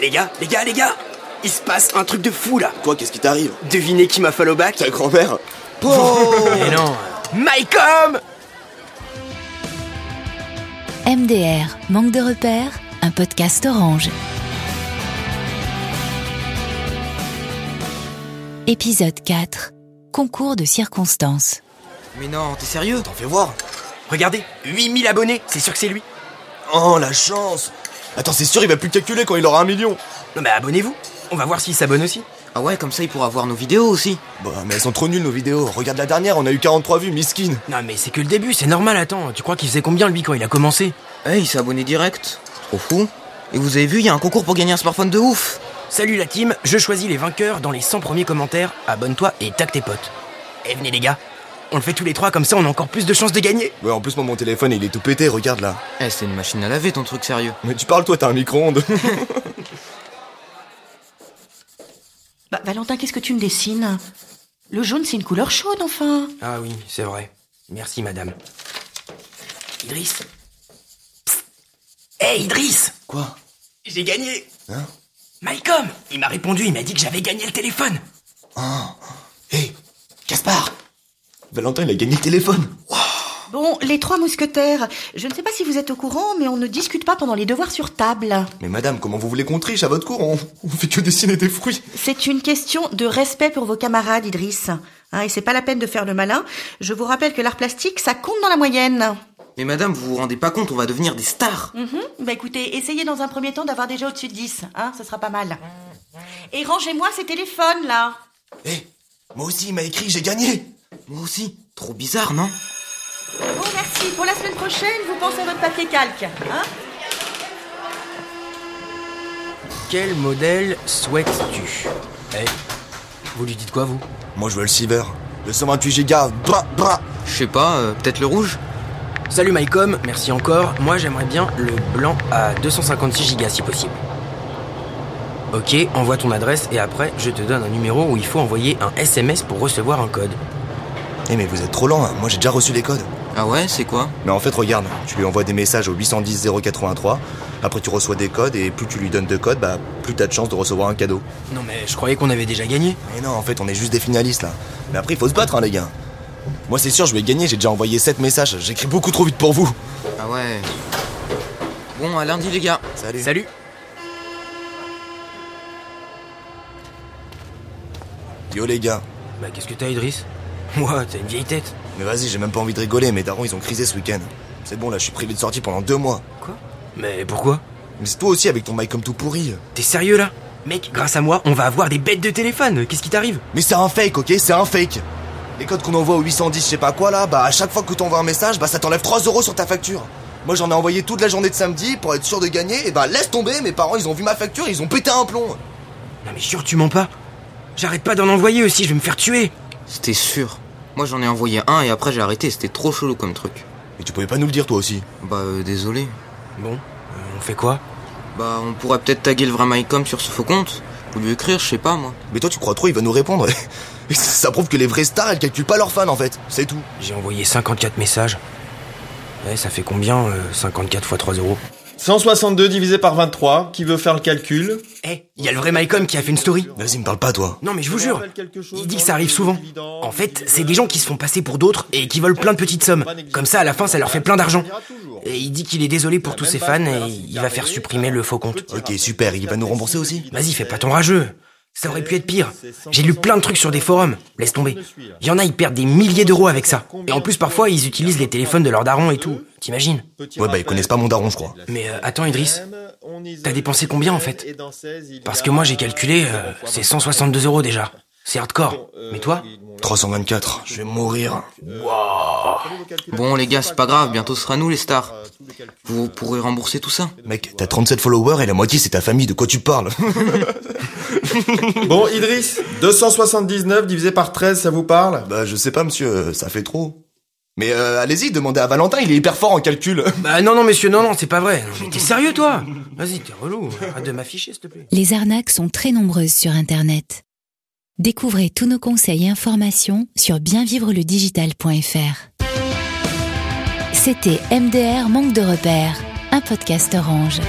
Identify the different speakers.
Speaker 1: Les gars, les gars, les gars Il se passe un truc de fou là
Speaker 2: Quoi, qu'est-ce qui t'arrive
Speaker 1: Devinez qui m'a fallu au bac
Speaker 2: Ta grand-mère
Speaker 1: Oh
Speaker 3: Mais non
Speaker 1: Mycom
Speaker 4: MDR, manque de repères, un podcast orange. Épisode 4. Concours de circonstances.
Speaker 3: Mais non, t'es sérieux
Speaker 2: T'en fais voir
Speaker 1: Regardez, 8000 abonnés, c'est sûr que c'est lui
Speaker 2: Oh, la chance Attends, c'est sûr, il va plus calculer quand il aura un million
Speaker 1: Non mais abonnez-vous On va voir s'il s'abonne aussi
Speaker 3: Ah ouais, comme ça il pourra voir nos vidéos aussi.
Speaker 2: Bah, mais elles sont trop nulles nos vidéos. Regarde la dernière, on a eu 43 vues, miskin
Speaker 1: Non mais c'est que le début, c'est normal, attends Tu crois qu'il faisait combien lui quand il a commencé
Speaker 3: Eh, il s'est abonné direct. Trop fou. Et vous avez vu, il y a un concours pour gagner un smartphone de ouf.
Speaker 1: Salut la team, je choisis les vainqueurs dans les 100 premiers commentaires, abonne-toi et tac tes potes Eh venez les gars on le fait tous les trois, comme ça on a encore plus de chances de gagner
Speaker 2: Ouais, en plus, moi, mon téléphone, il est tout pété, regarde là.
Speaker 3: Eh, c'est une machine à laver ton truc sérieux.
Speaker 2: Mais tu parles, toi, t'as un micro-ondes.
Speaker 5: Bah, Valentin, qu'est-ce que tu me dessines Le jaune, c'est une couleur chaude, enfin.
Speaker 1: Ah oui, c'est vrai. Merci madame. Idriss Psst. Eh Idriss
Speaker 2: Quoi
Speaker 1: J'ai gagné
Speaker 2: Hein
Speaker 1: Mycom Il m'a répondu, il m'a dit que j'avais gagné le téléphone
Speaker 2: Hé Gaspard Valentin, il a gagné le téléphone
Speaker 5: Bon, les trois mousquetaires. Je ne sais pas si vous êtes au courant, mais on ne discute pas pendant les devoirs sur table.
Speaker 2: Mais madame, comment vous voulez qu'on triche à votre cours on... on fait que dessiner des fruits
Speaker 5: C'est une question de respect pour vos camarades, Idriss. Hein, et c'est pas la peine de faire le malin. Je vous rappelle que l'art plastique, ça compte dans la moyenne.
Speaker 3: Mais madame, vous vous rendez pas compte, on va devenir des stars.
Speaker 5: Mhm. Bah écoutez, essayez dans un premier temps d'avoir déjà au-dessus de 10. Hein, ce sera pas mal. Et rangez-moi ces téléphones, là.
Speaker 2: Hé Moi aussi, il m'a écrit, j'ai gagné
Speaker 3: Moi aussi. Trop bizarre, non
Speaker 5: Bon, Oh, merci. Pour la semaine prochaine, vous pensez à votre papier calque. Hein
Speaker 1: Quel modèle souhaites-tu Eh, vous lui dites quoi vous
Speaker 2: Moi, je veux le cyber. Le 128 gigas, bra, bra
Speaker 3: Je sais pas, euh, peut-être le rouge
Speaker 1: Salut Mycom, merci encore. Moi j'aimerais bien le blanc à 256 gigas si possible. Ok, envoie ton adresse et après je te donne un numéro où il faut envoyer un SMS pour recevoir un code.
Speaker 2: Eh mais vous êtes trop lent, hein. moi j'ai déjà reçu les codes.
Speaker 3: Ah ouais, c'est quoi
Speaker 2: Mais en fait regarde, tu lui envoies des messages au 810 083, après tu reçois des codes et plus tu lui donnes de codes, bah plus t'as de chances de recevoir un cadeau.
Speaker 1: Non mais je croyais qu'on avait déjà gagné.
Speaker 2: Mais non, en fait on est juste des finalistes là. Mais après il faut se battre hein les gars. Moi c'est sûr je vais gagner, j'ai déjà envoyé 7 messages, j'écris beaucoup trop vite pour vous.
Speaker 3: Ah ouais. Bon, à lundi les gars.
Speaker 2: Salut.
Speaker 1: Salut
Speaker 2: Yo les gars.
Speaker 1: Bah qu'est-ce que t'as Idriss Moi, t'as une vieille tête.
Speaker 2: Mais vas-y, j'ai même pas envie de rigoler, mes darons ils ont crisé ce week-end. C'est bon là, je suis privé de sortie pendant deux mois.
Speaker 1: Quoi Mais pourquoi
Speaker 2: Mais c'est toi aussi avec ton mic comme tout pourri.
Speaker 1: T'es sérieux là Mec, grâce à moi, on va avoir des bêtes de téléphone. Qu'est-ce qui t'arrive
Speaker 2: Mais c'est un fake, ok C'est un fake Les codes qu'on envoie au 810, je sais pas quoi là, bah à chaque fois que t'envoies un message, bah ça t'enlève 3 euros sur ta facture. Moi j'en ai envoyé toute la journée de samedi pour être sûr de gagner, et bah laisse tomber, mes parents ils ont vu ma facture, ils ont pété un plomb
Speaker 1: Non mais jure, tu mens pas. J'arrête pas d'en envoyer aussi, je vais me faire tuer.
Speaker 3: C'était sûr. Moi j'en ai envoyé un et après j'ai arrêté, c'était trop chelou comme truc.
Speaker 2: Mais tu pouvais pas nous le dire toi aussi
Speaker 3: Bah euh, désolé.
Speaker 1: Bon, euh, on fait quoi
Speaker 3: Bah on pourrait peut-être taguer le vrai MyCom sur ce faux compte. Ou lui écrire, je sais pas moi.
Speaker 2: Mais toi tu crois trop, il va nous répondre Et Ça prouve que les vraies stars elles calculent pas leurs fans en fait, c'est tout
Speaker 1: J'ai envoyé 54 messages. Ouais, ça fait combien euh, 54 fois 3 euros
Speaker 6: 162 divisé par 23, qui veut faire le calcul
Speaker 1: Eh, il y a le vrai Mycom qui a fait une story.
Speaker 2: Vas-y me parle pas toi
Speaker 1: Non mais je vous jure, il dit que ça arrive souvent. En fait, c'est des gens qui se font passer pour d'autres et qui veulent plein de petites sommes. Comme ça, à la fin, ça leur fait plein d'argent. Et il dit qu'il est désolé pour tous ses fans et il va faire supprimer le faux compte.
Speaker 2: Ok super, il va nous rembourser aussi
Speaker 1: Vas-y, fais pas ton rageux. Ça aurait pu être pire. J'ai lu plein de trucs sur des forums. Laisse tomber.
Speaker 6: hein.
Speaker 1: Il y en a, ils perdent des milliers d'euros avec ça. Et en plus, parfois, ils utilisent les téléphones de leurs darons et tout. T'imagines
Speaker 2: Ouais, bah, ils connaissent pas mon daron, je crois.
Speaker 1: Mais euh, attends, Idriss. t'as dépensé combien, en fait Parce que moi, j'ai calculé, euh, c'est 162 euros déjà. C'est hardcore.
Speaker 6: euh,
Speaker 1: Mais toi
Speaker 2: 324, je vais mourir
Speaker 3: Bon les gars, c'est pas grave, bientôt ce sera nous les stars.
Speaker 6: Euh,
Speaker 3: Vous pourrez rembourser tout ça
Speaker 2: Mec, t'as 37 followers et la moitié c'est ta famille, de quoi tu parles
Speaker 6: Bon, Idriss, 279 divisé par 13, ça vous parle
Speaker 2: Bah je sais pas monsieur, euh, ça fait trop. Mais euh, allez-y, demandez à Valentin, il est hyper fort en calcul.
Speaker 1: Bah non, non, monsieur, non, non, c'est pas vrai. Non, mais t'es sérieux, toi Vas-y, t'es relou. Arrête de m'afficher, s'il te plaît.
Speaker 4: Les arnaques sont très nombreuses sur Internet. Découvrez tous nos conseils et informations sur bienvivreledigital.fr. C'était MDR Manque de repères, un podcast orange.